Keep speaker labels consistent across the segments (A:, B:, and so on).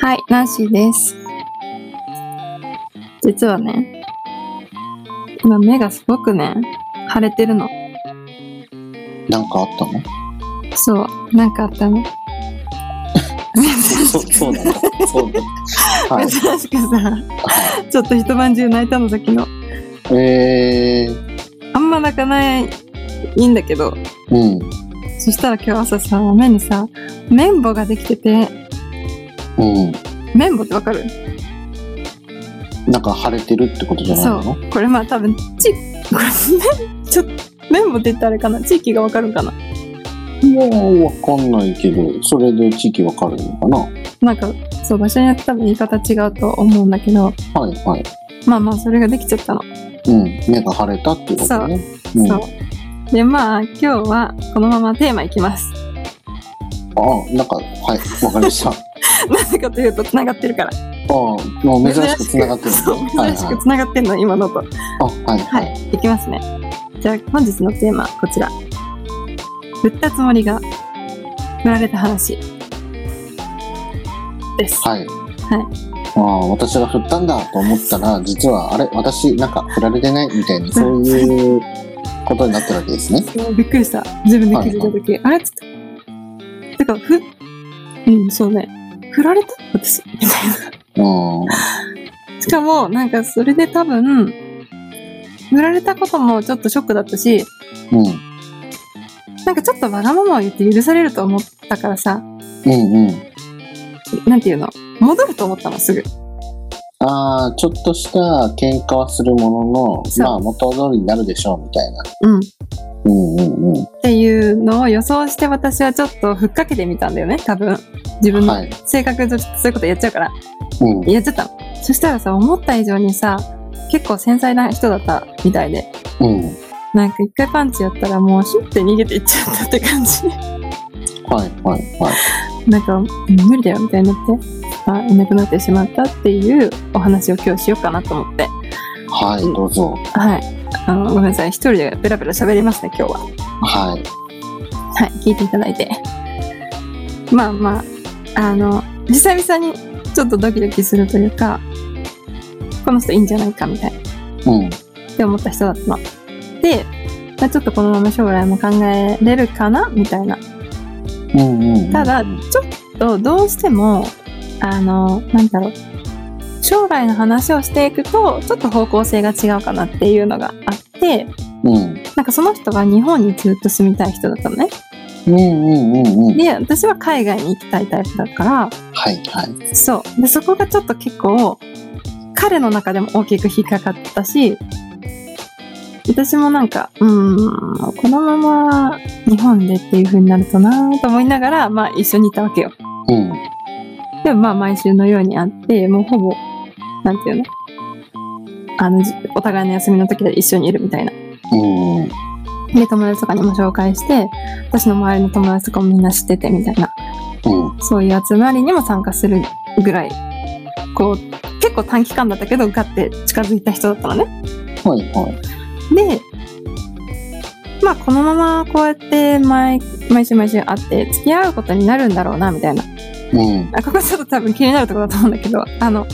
A: はい、ナンシーです。実はね、今目がすごくね、腫れてるの。
B: なんかあったの
A: そう、なんかあったの。
B: そ
A: 珍
B: う、
A: し
B: そう
A: く
B: なの。そうなの。はい。
A: 珍しくさ、ちょっと一晩中泣いたの、さっきの。
B: えー、
A: あんま泣かない、いいんだけど。
B: うん、
A: そしたら今日朝さ、目にさ、綿棒ができてて、
B: うん。
A: 綿棒ってわかる
B: なんか腫れてるってことじゃない
A: そ
B: の
A: う。これまあ多分、ち、これ ね、ちょっと、綿棒って言ったらあれかな地域がわかるかない
B: やー、わかんないけど、それで地域わかるのかな
A: なんか、そう、場所によって多分言い方違うと思うんだけど、
B: はい、はい。
A: まあまあ、それができちゃったの。
B: うん、目が腫れたっていうことね。うん。
A: そ
B: あ
A: う。で、まあ、今日はこのままテーマいきます。
B: あ、なんか、はい、わかりました。あ
A: なぜかというと、繋がってるから。
B: あ、もう珍しく繋がってる
A: そう、
B: のね。はい、
A: 珍し
B: はい
A: く。繋がってんの、今のと。
B: あ、はい、
A: は
B: はい。
A: い、いきますね。じゃあ、本日のテーマ、こちら。振ったつもりが、振られた話。です。
B: はい。ああ、私が振ったんだと思ったら、実は、あれ、私、なんか振られてないみたいな、そういうことになってるわけですね。
A: そうびっくりした。自分で気づいたとき、あれちょっと。てか、ふ、うん、そうね。振られた私。みたいな。
B: うん。
A: しかも、なんかそれで多分、振られたこともちょっとショックだったし、
B: うん。
A: なんかちょっとわがままを言って許されると思ったからさ、
B: うんうん。
A: なんていうの戻ると思ったの、すぐ。
B: ああ、ちょっとした喧嘩はするものの、
A: そう
B: まあ元通りになるでしょうみたいな。
A: うん。っ
B: うんうんう
A: ていうのを予想して私はちょっとふっかけてみたんだよね、多分。自分
B: ん。
A: の
B: はい。
A: 性格上ちょっとそういうことやっちゃうから。
B: うん。
A: やっちゃったの。そしたらさ、思った以上にさ、結構繊細な人だったみたいで。
B: うん。
A: なんか一回パンチやったらもうヒュッて逃げていっちゃったって感じ。
B: はいはいはい。
A: なんか無理だよみたいになって、まあ、いなくなってしまったっていうお話を今日しようかなと思って
B: はい、どうぞ。
A: はいあのごめんなさい一人でペラペラ喋りますね今日は
B: はい。
A: はい聞いていただいてまあまああの久々にちょっとドキドキするというかこの人いいんじゃないかみたいな
B: うん。
A: って思った人だったので、まあ、ちょっとこのまま将来も考えれるかなみたいな
B: うんうん。
A: ただ
B: うん
A: ちょっとどうしてもあのなんだろう将来の話をしていくとちょっと方向性が違うかなっていうのがあって
B: うん。
A: なんかその人は日本にずっと住みたい人だったのね
B: うんうんうんうん。
A: で私は海外に行きたいタイプだか
B: はいはい。
A: らそうでそこがちょっと結構彼の中でも大きく引っかかったし私もなんかうーんこのまま日本でっていう風になるとなぁと思いながらまあ一緒にいたわけよ
B: うん。
A: でもまあ毎週のように会って、もうほぼ、なんていうのあの、じお互いの休みの時で一緒にいるみたいな。
B: うん。
A: で、友達とかにも紹介して、私の周りの友達とかもみんな知っててみたいな。
B: うん。
A: そういう集まりにも参加するぐらい、こう、結構短期間だったけど、ガッて近づいた人だったのね。
B: はいはい。
A: で、まあこのままこうやって毎、毎週毎週会って付き合うことになるんだろうな、みたいな。
B: うん。
A: あここちょっと多分気になるところだと思うんだけどあの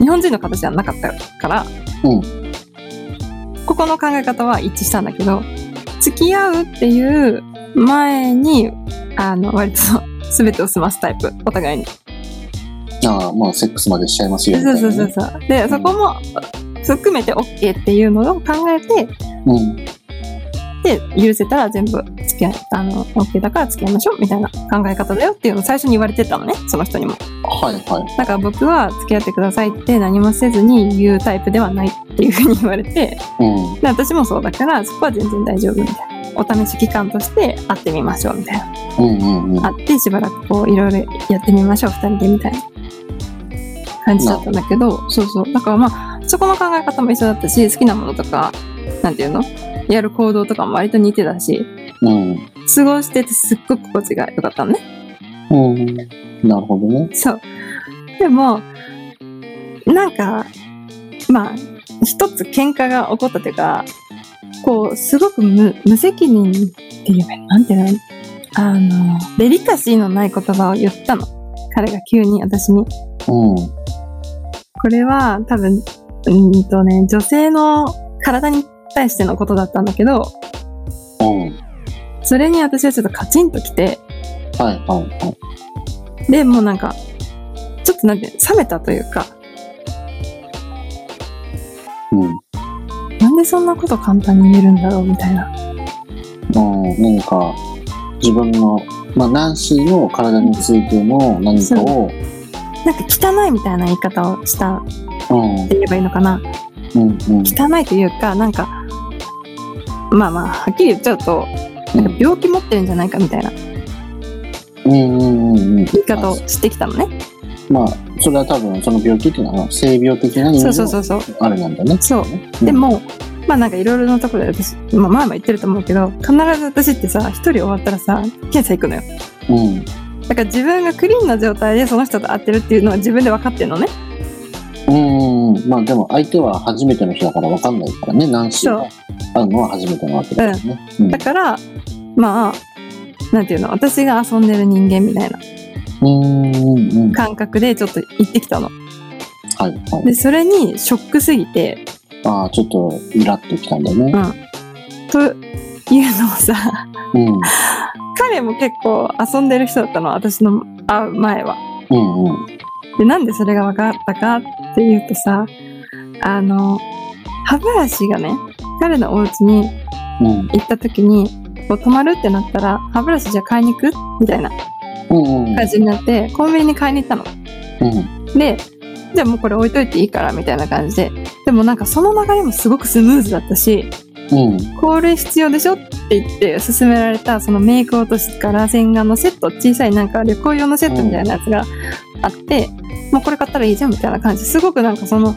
A: 日本人の形じゃなかったから、
B: うん
A: ここの考え方は一致したんだけど付き合うっていう前にあの割と全てを済ますタイプお互いに、
B: ああ、まあセックスまでしちゃいますよみた
A: そう
B: いな
A: そう
B: ね。
A: そうそうでそこも含めて OK っていうのを考えて
B: うん。
A: で許せたら全部付き合いあの OK だから付き合いましょうみたいな考え方だよっていうのを最初に言われてたのねその人にも
B: はいはい。
A: だから僕は付き合ってくださいって何もせずに言うタイプではないっていうふうに言われて
B: うん。
A: で私もそうだからそこは全然大丈夫みたいなお試し期間として会ってみましょうみたいな
B: うんうんうん。
A: 会ってしばらくこういろいろやってみましょう2人でみたいな感じだったんだけどそうそうだからまあそこの考え方も一緒だったし好きなものとかなんていうのやる行動とかも割と似てたし
B: うん。
A: 過ごしててすっごく心地が良かったのね
B: うん。なるほどね。
A: そう。でも、なんか、まあ、一つ喧嘩が起こったというか、こう、すごく無無責任って言えばいいのなんていうのあの、デリカシーのない言葉を言ったの。彼が急に私に。
B: うん。
A: これは多分、うーんとね、女性の体に対してのことだったんだけど、
B: うん。
A: それに私はちょっとカチンときて、
B: はいはいはい。
A: で、もうなんか、ちょっとなんて、冷めたというか、
B: うん。
A: なんでそんなこと簡単に言えるんだろうみたいな。
B: うん、何か自分の、まあ、ナンシーの体についての何かを、
A: なんか汚いみたいな言い方をしたっ
B: うん、
A: て言えばいいのかな。
B: うん、うん。
A: 汚いというか、なんか、まあまあ、はっきり言っちゃうと、なんか病気持ってるんじゃないかみたいな
B: うん、うん、うん、うん。
A: 言い方をしてきたのね。
B: まあ、それは多分、その病気っていうのは、性病的な意味
A: そ
B: の
A: うそうそうそう。
B: あれなんだね。
A: そう。
B: うん
A: で、も、まあなんかいろいろなところで私、まあ前も言ってると思うけど、必ず私ってさ、一人終わったらさ、検査行くのよ。
B: うん、
A: だから自分がクリーンな状態でその人と会ってるっていうのは自分で分かってるのね。
B: うん、うん。まあ、でも、相手は初めての人だから分かんないからね、ナンシーが会うのは初めてなわけだからね。うん
A: だから、まあ、なんていうの、私が遊んでる人間みたいな
B: うん、うん、うん。はい、
A: 感覚でちょっと行ってきたの。
B: はい。
A: で、それにショックすぎて、
B: ああ、ちょっと、イラっときたんだね。
A: というのをさ、
B: うん、うん、
A: 彼も結構遊んでる人だったの、私の会う前は。
B: うん、
A: で、なんでそれが分かったかっていうとさ、あの、歯ブラシがね、彼のお家に
B: うん、
A: 行った時に、こう泊まるってなったら、歯ブラシじゃあ買いに行くみたいな
B: うん、うん、
A: 感じになって、コンビニに買いに行ったの。
B: うん。
A: で、じゃあもうこれ置いといていいからみたいな感じで。でもなんかその流れもすごくスムーズだったし、
B: うん、
A: これ必要でしょって言って勧められたそのメイク落としから洗顔のセット、小さいなんか旅行用のセットみたいなやつがあって、もうこれ買ったらいいじゃんみたいな感じ。すごくなんかその、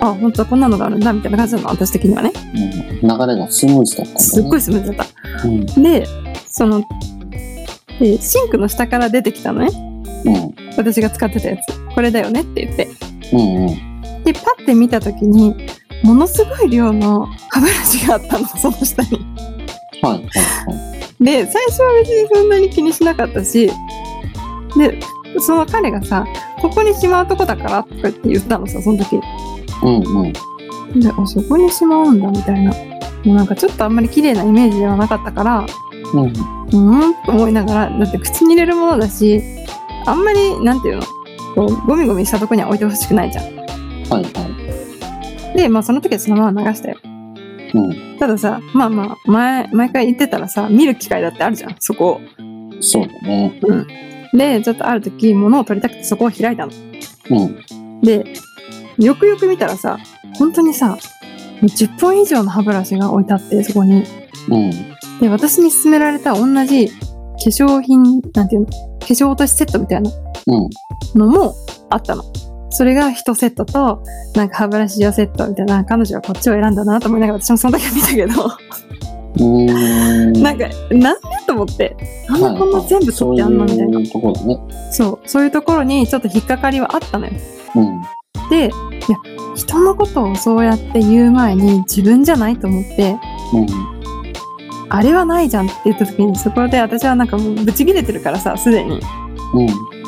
A: あ、本当はこんなのがあるんだみたいな感じなの、私的にはね。
B: うん流れがスムーズだったんだね。
A: すっごいスムーズだっ
B: うん、
A: た。で、その、で、シンクの下から出てきたのね。
B: うん、
A: 私が使ってたやつ。これだよねって言って。
B: うん、うん。
A: で、パッて見たときに、ものすごい量の歯ブラシがあったの、その下に。
B: はい、は
A: で、最初は別にそんなに気にしなかったし、で、その彼がさ、ここにしまうとこだからとかって言ったのさ、その時。
B: い、はい。うん、うん。
A: で、あ、そこにしまうんだ、みたいな。もうなんかちょっとあんまり綺麗なイメージではなかったから、
B: うん、
A: うーんと思いながら、だって口に入れるものだし、あんまり、なんていうの、こう、ゴミゴミしたとこには置いてほしくないじゃん。
B: はい、は
A: で、まあその時はそのまま流したよ。
B: い。うん、
A: たださ、まあまあ、前、毎回言ってたらさ、見る機会だってあるじゃん、そこ
B: そうだね。
A: を。で、ちょっとある時、物を取りたくてそこを開いたの。
B: うん、
A: で、よくよく見たらさ、本当にさ、もう10本以上の歯ブラシが置いてあって、そこに。
B: うん、
A: で、私に勧められた同じ化粧品、なんていうの、化粧落としセットみたいな
B: うん、
A: のもあったの。それが1セットと、なんか歯ブラシ用セットみたいな、彼女はこっちを選んだなと思いながら、私もその時は見たけど。
B: うーん。
A: なんか、なんでと思って。なんでこんな全部取ってあんのみたいな。
B: そういうところだね。
A: そう。そういうところにちょっと引っかかりはあったのよ。
B: うん。
A: で、いや、人のことをそうやって言う前に自分じゃないと思って、
B: うん。
A: あれはないじゃんって言った時に、そこで私はなんかもうブチ切れてるからさ、すでに。
B: うん。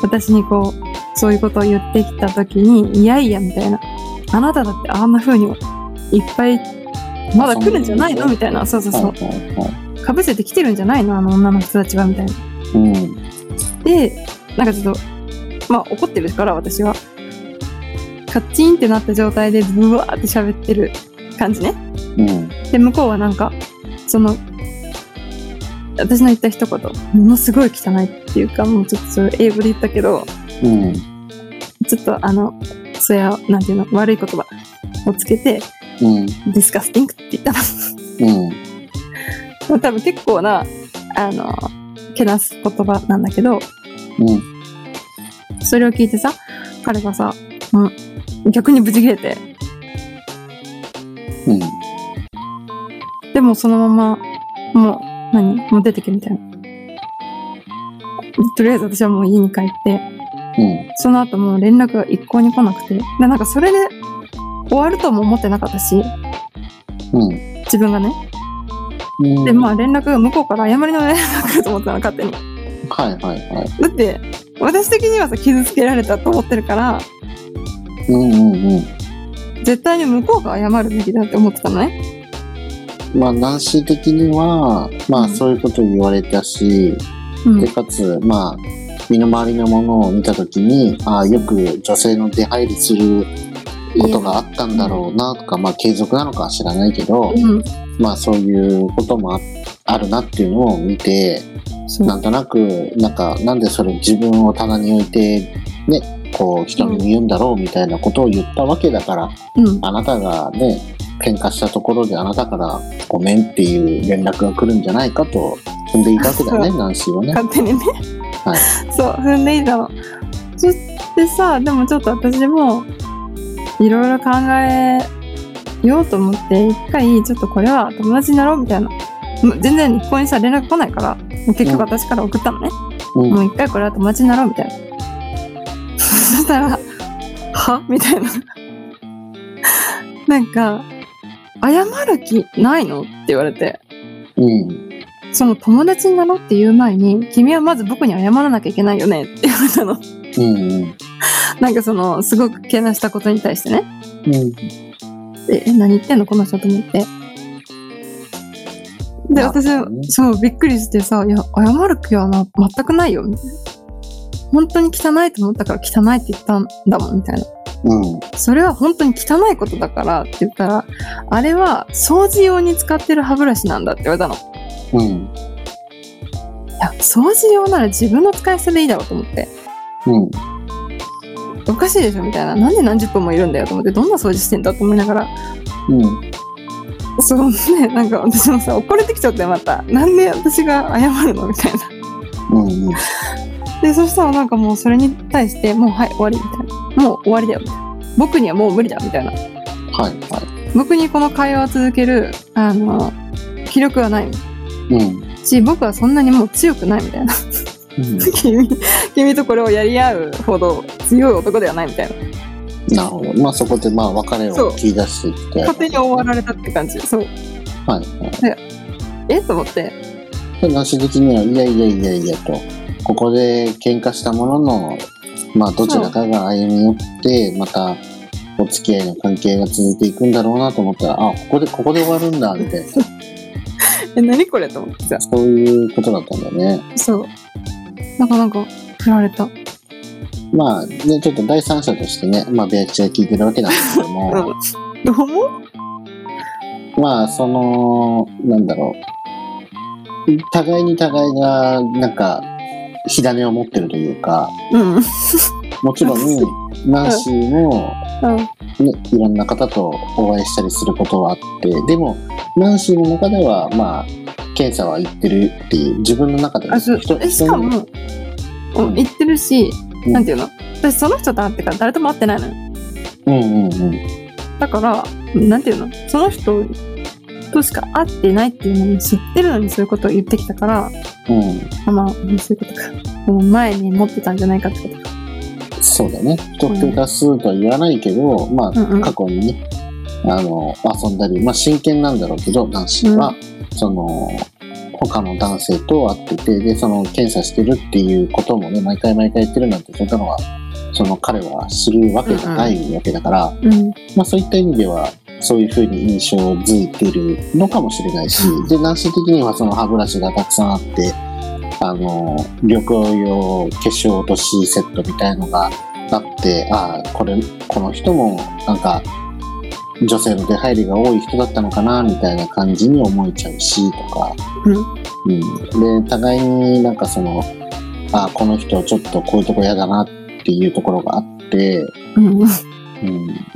A: 私にこう、そういうことを言ってきた時に、いやいや、みたいな。あなただってあんな風にいっぱい、まだ来るんじゃないのみたいな。そうそう
B: はい
A: そ
B: はいは
A: う。かぶせてきてるんじゃないのあの女の人たちは、みたいな。
B: い。うん。
A: で、なんかちょっと、まあ怒ってるから私は。カッチンってなった状態でブワーって喋ってる感じね。
B: うん。
A: で、向こうはなんか、その、私の言った一言、ものすごい汚いっていうか、もうちょっとそれ英語で言ったけど、
B: うん。
A: ちょっとあの、そや、なんていうの、悪い言葉をつけて、
B: うん。
A: ディスカスティングって言ったの。
B: うん。
A: もう 多分結構な、あの、けなす言葉なんだけど、
B: うん。
A: それを聞いてさ、彼がさ、うん、逆にブチ切れて、
B: うん。
A: でもそのまま、もう、何もう出てけみたいな。とりあえず私はもう家に帰って、
B: うん。
A: その後もう連絡が一向に来なくて、で、なんかそれで終わるとも思ってなかったし、
B: うん。
A: 自分がね。
B: うん。
A: で、まあ連絡が向こうから謝りの連絡が来ると思ってたの、勝手に。
B: はいはいはい。
A: だって、私的にはさ、傷つけられたと思ってるから、
B: うんうんうん。
A: 絶対に向こうが謝るべきだって思ってたのね。
B: まあ、男子的には、ま
A: う
B: あ、
A: ん
B: そういうこと言われたし、
A: うん
B: で、。かつ、まあ、身の回りのものを見たときに、ああ、よく女性の出入りすることがあったんだろうなとか、まあ、継続なのかは知らないけど
A: い、や。うん。
B: まあ、そういうこともああるなっていうのを見て、
A: そう
B: なんとなく、なんか、なんでそれ自分を棚に置いて、ね、こう、人に言うんだろうみたいなことを言ったわけだから、
A: うん。
B: あなたがね、喧嘩したところであなたからごめんっていう連絡が来るんじゃないかと踏んでいたわけだよね、ナンシーはね。
A: 勝手にね。
B: は
A: そう、踏んでいたの。そしてさ、でもちょっと私も、いろいろ考えようと思って、一回、ちょっとこれは友達になろうみたいな。もう全然一向にさ、連絡来ないから、もう結局私から送ったのね。
B: うん。
A: もう一回これは友達になろうみたいな。そしたら、はみたいな。なんか、謝る気ないのって言われて。
B: うん。
A: その友達になろうっていう前に、君はまず僕に謝らなきゃいけないよね って言われたの。
B: うん。
A: なんかその、すごくけなしたことに対してね。
B: うん。
A: でえ、何言ってんのこの人と思って。で、
B: まあ
A: 私
B: ね、
A: そう、びっくりしてさ、いや、謝る気はな、全くないよ、みたいな。本当に汚いと思ったから汚いって言ったんだもん、みたいな。
B: うん。
A: それは本当に汚いことだからって言ったら、あれは掃除用に使ってる歯ブラシなんだって言われたの。い
B: うん。
A: や、掃除用なら自分の使い捨てでいいだろうと思って。
B: うん。
A: おかしいでしょみたいな。なんで何十分もいるんだよと思って、どんな掃除してんだと思いながら。
B: うん。
A: そうね、なんか私もさ、怒れてきちゃってまた。なんで私が謝るのみたいな。
B: うん。うん。
A: で、そしたらなんかもうそれに対して、もうはい、終わりみたいな。もう終わりだよみたいな。僕にはもう無理だみたいな。
B: はい。は
A: 僕にこの会話を続ける、あの、気力はない
B: い。うん。
A: し、僕はそんなにもう強くないみたいな。
B: うん、
A: 君、君とこれをやり合うほど強い男ではないみたいな。
B: なるほど。まあそこでまあ別れを切り出していって。
A: 勝手に終わられたって感じ。そう。
B: はいは
A: えと思って。
B: い。で、ナンシー的には、いやいやいやいやと、ここで喧嘩したものの、まあどちらかが歩み寄って、またお付き合いの関係が続いていくんだろうなと思ったら、あ、ここで、ここで終わるんだ、みたいな。
A: え、何これと思ってさ。
B: そういうことだったんだよね。
A: そう。なんかなんか、振られた。
B: まあ、ね、ちょっと第三者としてね、まあ、ベアチは聞いてるわけなんですけども、
A: どうも
B: まあ、その、なんだろう。互いに互いが、なんか、火種を持ってるというか、
A: うん。うん。
B: もちろん、ナンシーも、ね、いろんな方とお会いしたりすることはあって、でも、ナンシーの中では、まあ、検査は行ってるっていう、自分の中で、
A: あ、そう
B: 人。
A: え、しかも、
B: うん
A: うん、言ってるし、
B: うん
A: なんていうの私、その人と会ってから誰とも会ってないのよ。
B: 人にうんうんうん。
A: だから、なんていうのその人としか会ってないっていうのも知ってるのにそういうことを言ってきたから、
B: うん。
A: あまあ、そういうことか。もう前に持ってたんじゃないかってことか。
B: そうだね。特定多数とは言わないけど、まあ、
A: うんうん
B: 過去にね、あの、遊んだり、まあ、真剣なんだろうけど、男子は、その、他の男性と会ってて、で、その、検査してるっていうこともね、毎回毎回言ってるなんて、そんなのは、その、彼は知るわけじゃないわけだから、
A: うん。
B: まあ、そういった意味では、そういうふうに印象づいてるのかもしれないし、で、男子的にはその歯ブラシがたくさんあって、あの、旅行用化粧落としセットみたいのがあって、ああ、これ、この人も、なんか、女性の出入りが多い人だったのかな、みたいな感じに思えちゃうし、とか、うん。で、互いになんかその、ああ、この人ちょっとこういうとこ嫌だなっていうところがあって、
A: うん。うん。
B: うん、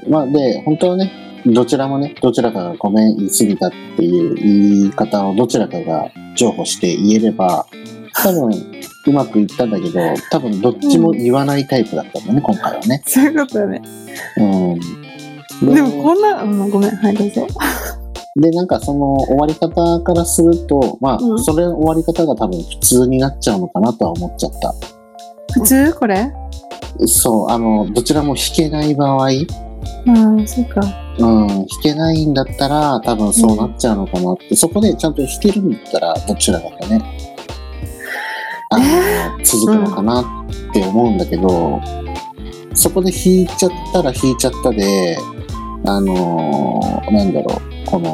B: まあで本当はねどちらもねどちらかがごめん言い過ぎたっていう言い方をどちらかが譲歩して言えれば多分うまくいったんだけど多分どっちも言わないタイプだったんだね、今回はね。
A: そういうことだね。
B: うん、
A: でも、こんな、うん、ごめん。はい、どうぞ。
B: でなんかその終わり方からするとまあ、
A: うん
B: それの終わり方が多分普通になっちゃうのかなとは思っちゃった。
A: 普通これ
B: そうあのどちらも引けない場合、
A: うん、そうか。
B: うん、弾けないんだったら多分そうなっちゃうのかなって、そこでちゃんと弾けるんだったらどちらかがねあの、続くのかなっって思うんだけど、そこで引いちゃったら引いちゃったで、あのーなんだろう、この、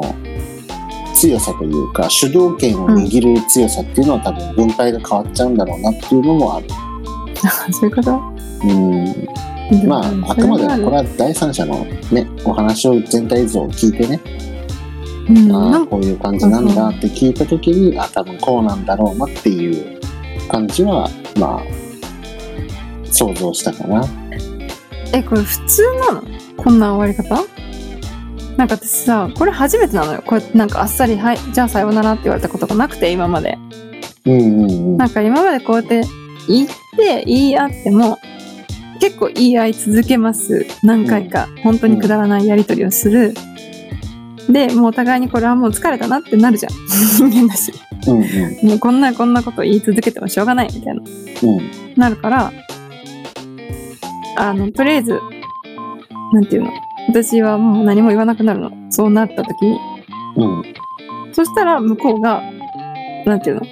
B: 強さというか、主導権を握る強さっていうのは多分分配が変わっちゃうんだろうなっていうのもある。
A: そういうこと
B: うん、まあ、あくまでもこれ
A: は、
B: は第三者のね、お話を全体像を聞いてね、
A: うん、な
B: あ
A: ん
B: あ、こういう感じなんだって聞いた時に、あ、多分こうなんだろうなっていう感じは、まあ、想像したかな。
A: えこれ普通なのこんな終わり方なんか私さこれ初めてなのよこれなんかあっさり「はいじゃあさようなら」って言われたことがなくて今まで
B: うんうんうん
A: な。んか今までこうやって言って言い合っても結構言い合い続けます何回か、本当にくだらないやり取りをする、でもうお互いにこれはもう疲れたなってなるじゃん 人間だし
B: うんうん
A: もうこんなこんなこと言い続けてもしょうがないみたいな
B: うん。
A: なるから、あの、とりあえず、なんていうの、私はもう何も言わなくなるの。そうなった時に。
B: うん
A: そしたら向こうが、なんていうの、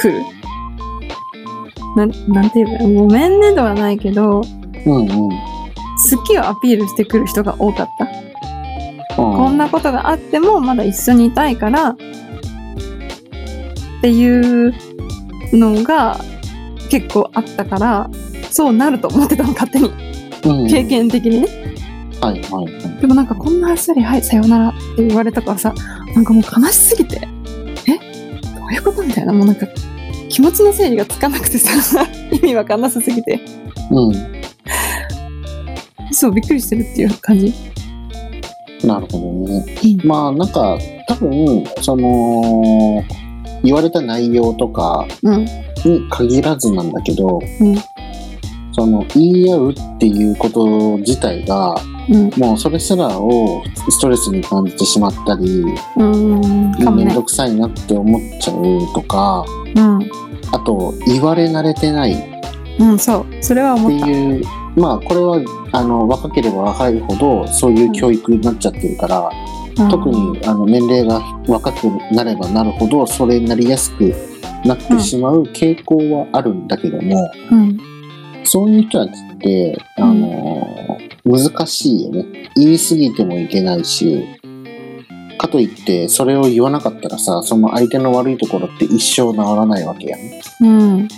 A: 来る。なん、なんて言えばいいのごめんねではないけど、
B: うんうん。
A: 好きをアピールしてくる人が多かった。こ
B: こ
A: んなことがあってもまだ一緒にいたいからっていうのが結構あったからそうなると思ってたの勝手に経験的にね、
B: はいはいはい。
A: でもなんかこんなあっさり「はいさようなら」って言われたからさなんかもう悲しすぎてえどういうことみたいなもうなんか気持ちの整理がつかなくてさ 意味わかんなさすぎて
B: うん。
A: そうびっくりしてるっていう感じ
B: なるほどね。
A: うん
B: まあなんか、多分、その、言われた内容とか
A: うん
B: に限らずなんだけど、
A: うん
B: その言い合うっていうこと自体が、
A: うん
B: もうそれすらをストレスに感じてしまったり、
A: うんかも
B: めん
A: ね
B: どくさいなって思っちゃうとか、
A: うん
B: あと、言われ慣れてないっ
A: うんそうそれは
B: て
A: 思った
B: いう、まあ、これは、あの、若ければ若いほど、そういう教育になっちゃってるから、特に、あの、年齢が若くなればなるほど、それになりやすくなってしまう傾向はあるんだけども、
A: うん
B: そういう人たちって、あの、難しいよね。言い過ぎてもいけないし、かといって、それを言わなかったらさ、その相手の悪いところって一生治らないわけやん。
A: うん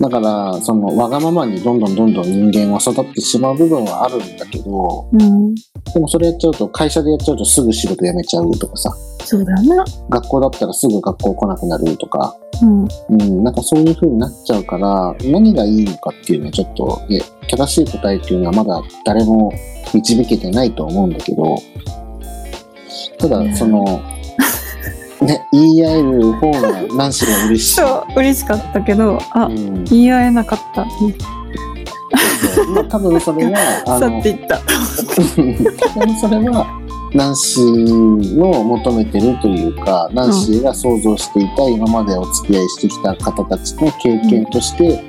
B: だから、その、わがままにどんどんどんどん人間は育ってしまう部分はあるんだけど、
A: うん
B: でもそれやっちゃうと、会社でやっちゃうとすぐ仕事辞めちゃうとかさ、
A: そうだよな。
B: 学校だったらすぐ学校来なくなるとか、
A: うん。
B: うん、なんかそういう風になっちゃうから、何がいいのかっていうのはちょっと、ね、正しい答えっていうのはまだ誰も導けてないと思うんだけど、ただ、その、ね、言い合える方が何しろ嬉しい。
A: そう、嬉しかったけど、あ、
B: うん、
A: 言い合えなかった。
B: まあ多分それは、あ
A: 去
B: の
A: っ、ていった。
B: でもそれはナンシーを求めてるというかナンシーが想像していた今までお付き合いしてきた方たちの経験として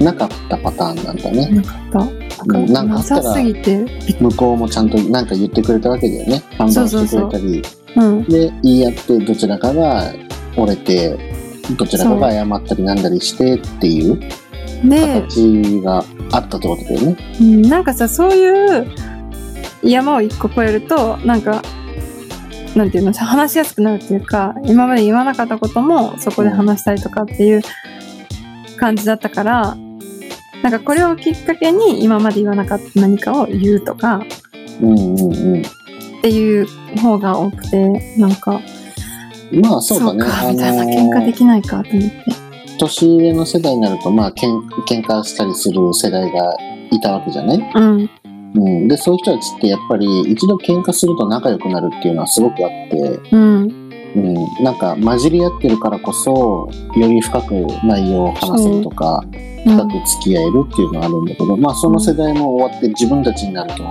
B: なかったパターンなんだね、
A: なかった。
B: うんなんかあ
A: な
B: ったら
A: さすぎて。
B: 向こうもちゃんと何か言ってくれたわけだよね判断してくれたり
A: うん。
B: で言い合ってどちらかが折れてどちらかが謝ったりなんだりしてっていう
A: で、
B: 形があったってことだよね。
A: うんなんかさ、そういう山を一個越えると、なんか、なんていうの、話しやすくなるっていうか、今まで言わなかったこともそこで話したりとかっていう感じだったから、なんかこれをきっかけに今まで言わなかった何かを言うとか、
B: うんうんうん
A: っていう方が多くてなんか
B: まあそうだね。
A: か
B: あ
A: みたいな、
B: のー
A: 喧嘩できないかと思って
B: 年上の世代になると、まあ、けん喧嘩したりする世代がいたわけじゃない、
A: うん
B: うん、で、そういう人たちってやっぱり一度喧嘩すると仲良くなるっていうのはすごくあって、
A: うん
B: うん、なんか混じり合ってるからこそ、より深く内容を話せるとか、
A: う
B: 深
A: ん
B: く付き合えるっていうのはあるんだけど、まあその世代も終わって自分たちになると、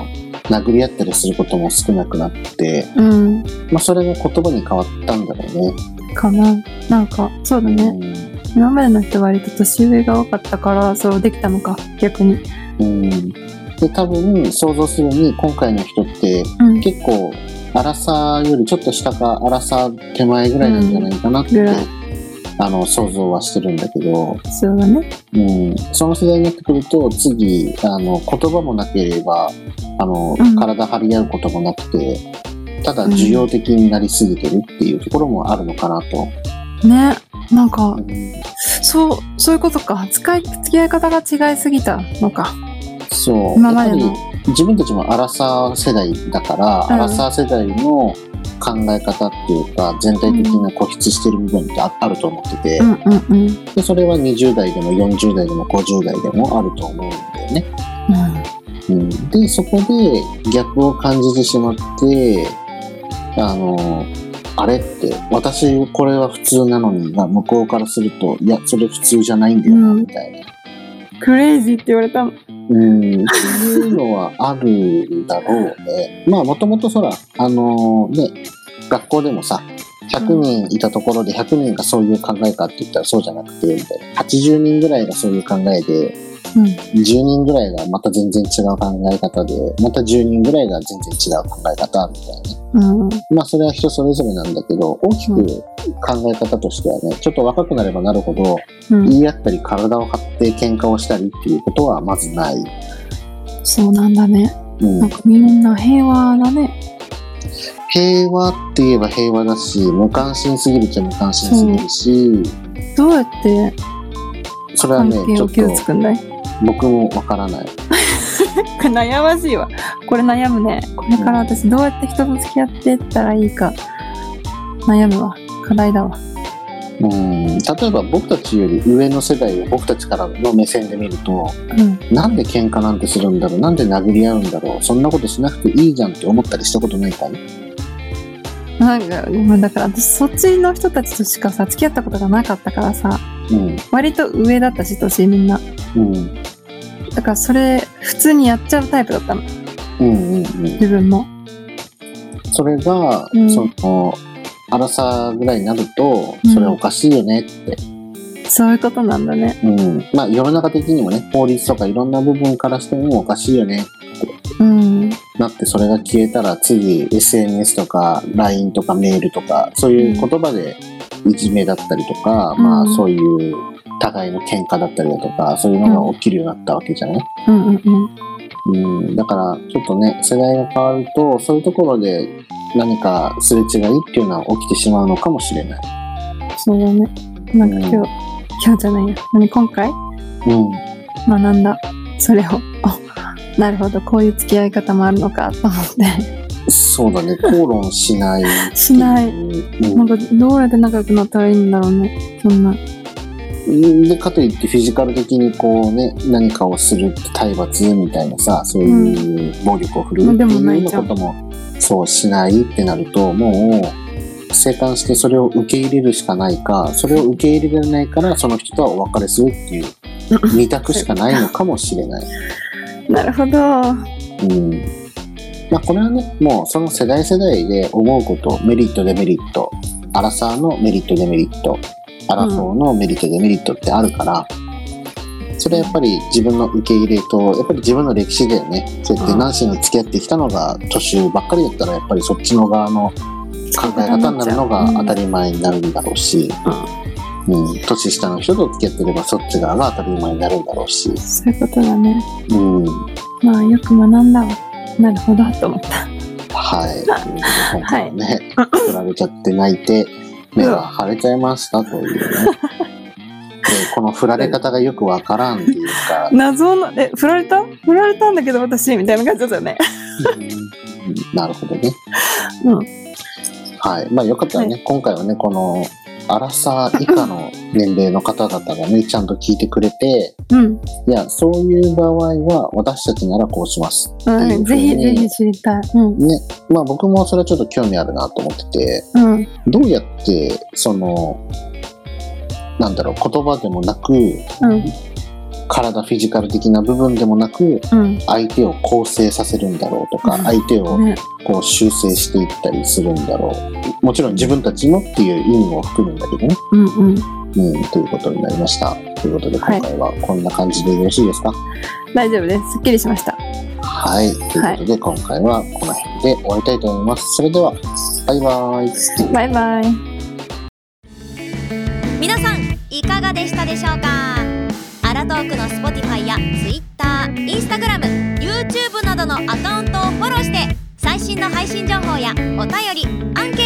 B: 殴り合ったりすることも少なくなって、
A: うん
B: まあそれが言葉に変わったんだろうね。
A: かななんかそうだね今までの人割と年上が多かったからそうできたのか逆に
B: うん。で、多分想像するに今回の人って、
A: うん
B: 結構荒さよりちょっと下か荒さ手前ぐらいなんじゃないかなって
A: うんぐらい
B: あの、想像はしてるんだけど、
A: そうだね。
B: うん、その世代になってくると、次、あの、言葉もなければ、あの、
A: うん
B: 体張り合うこともなくて、ただ需要的になりすぎてるっていうところもあるのかなと。
A: ね。なんか
B: う、ん
A: そう、そういうことか。使い、付き合い方が違いすぎたのか。
B: そう。
A: 今まで
B: や
A: の
B: っぱり自分たちもアラサー世代だから、
A: うん
B: アラサー世代の考え方っていうか、全体的な固執してる部分ってああると思ってて、
A: うんうんうん。
B: でそれは20代でも40代でも50代でもあると思うんだよね。うん、でそこでギャップを感じてしまってあのあれって私これは普通なのにが向こうからするといやそれ普通じゃないんだよな
A: うん
B: みたいな、
A: クレイジーって言われたの。
B: うん、っていうのはあるんだろうね。 まあもともとそらあのね学校でもさ100人いたところで100人がそういう考えかって言ったらそうじゃなくてみたいな80人ぐらいがそういう考えで
A: うん。
B: 10人ぐらいがまた全然違う考え方で、また10人ぐらいが全然違う考え方みたいなね。
A: うん。
B: まあそれは人それぞれなんだけど、大き
A: う
B: く
A: ん
B: 考え方としてはね、ちょっと若くなればなるほど、
A: うん。
B: 言い合ったり体を張って喧嘩をしたりっていうことはまずない。
A: そうなんだね。
B: う
A: なん
B: ん、
A: かみんな平和だね。
B: 平和って言えば平和だし、無関心すぎるっちゃ無関心すぎるし、
A: どうやって
B: それは
A: 関
B: ね、
A: 係
B: ちょ
A: を
B: っ
A: 築
B: と
A: くんだい
B: 僕もわからない。
A: 悩ましいわ。これ悩むね。これから私どうやって人と付き合ってったらいいか悩むわ。課題だわ。
B: うん、例えば僕たちより上の世代を僕たちからの目線で見ると、
A: うん。
B: なんで喧嘩なんてするんだろうなんで殴り合うんだろうそんなことしなくていいじゃんって思ったりしたことないかい
A: なんか、うんだから私そっちの人たちとしかさ、付き合ったことがなかったからさ、
B: うん。
A: 割と上だったし、年みんな。
B: うん。
A: だからそれ、普通にやっちゃうタイプだったの。
B: うんうんうん。
A: 自分も。
B: それが、
A: うん
B: その、荒さぐらいになると
A: う、ん
B: それおかしいよねって。
A: そういうことなんだね。
B: うん。まあ世の中的にもね、法律とかいろんな部分からしてもおかしいよね。
A: うん。
B: なってそれが消えたら次 SNS とか LINE とかメールとかそういう言葉でいじめだったりとか、
A: うん
B: まあそういう互いの喧嘩だったりだとかそういうのが起きるようになったわけじゃない、
A: うんうんうん。
B: うん、だからちょっとね世代が変わるとそういうところで何かすれ違いっていうのは起きてしまうのかもしれない。
A: そうだね。なんか今日、
B: うん
A: 今日じゃないや。何今回
B: うん、
A: 学んだ。それを。 あなるほど。こういう付き合い方もあるのかと思って。
B: そうだね口論しないって う
A: しない
B: うん
A: なんかどうやって仲良くなったらいいんだろうね。そんな。
B: うん、でかといってフィジカル的にこうね何かをするって体罰みたいなさそういう暴力を振るうって
A: で
B: い
A: も
B: う
A: な
B: よう
A: い
B: な
A: じゃ
B: こ
A: ん
B: ともそうしないってなるともう生還してそれを受け入れるしかないかそれを受け入れられないからその人とはお別れするっていう二択しかないのかもしれない。
A: なるほど。
B: うんまあ、これはねもうその世代世代で思うことメリットデメリットアラサーのメリットデメリットアラフォーのメリットデメリットってあるから、それはやっぱり自分の受け入れとやっぱり自分の歴史だよねそうやって
A: うん
B: 何しに付き合ってきたのが年上ばっかりだったらやっぱりそっちの側の考え方になるのが当たり前になるんだろうし、うん年下の人と付き合ってればそっち側が当たり前になるんだろうし、
A: そういうことだね。
B: うん、
A: まあよく学んだわ。なるほどと思った。
B: はい。今回はね、振られちゃって泣いて、目が腫れちゃいましたというね。でこの振られ方がよくわからんっていうか、
A: 謎の、え、振られた振られたんだけど私みたいな感じだったよね。
B: うんなるほどね。
A: うん。
B: はい。まあよかったらね、今回はね、この、アラサー以下の年齢の方々がね、ちゃんと聞いてくれて、
A: うん。
B: いや、そういう場合は、私たちならこうします。
A: うん、ぜひぜひ知りたい。うん。
B: ね。まあ僕もそれはちょっと興味あるなと思ってて、
A: うん。
B: どうやってそのなんだろう言葉でもなく
A: うん。
B: 体フィジカル的な部分でもなく
A: うん。
B: 相手を構成させるんだろうとか
A: うん
B: 相手を
A: ね。
B: こう修正していったりするんだろうもちろん自分たちのっていう意味も含むんだけどね、
A: うんうん。
B: うん、ということになりましたということで
A: は
B: 今
A: い
B: 回はこんな感じでよろしいですか
A: 大丈夫です。すっきりしました。
B: はい、ということで今回はこの辺で終わりたいと思いますそれではバイバイ
A: バイバイ。
C: 皆さんトークの Spotify や TwitterInstagram、YouTube などのアカウントをフォローして最新の配信情報やお便りアンケ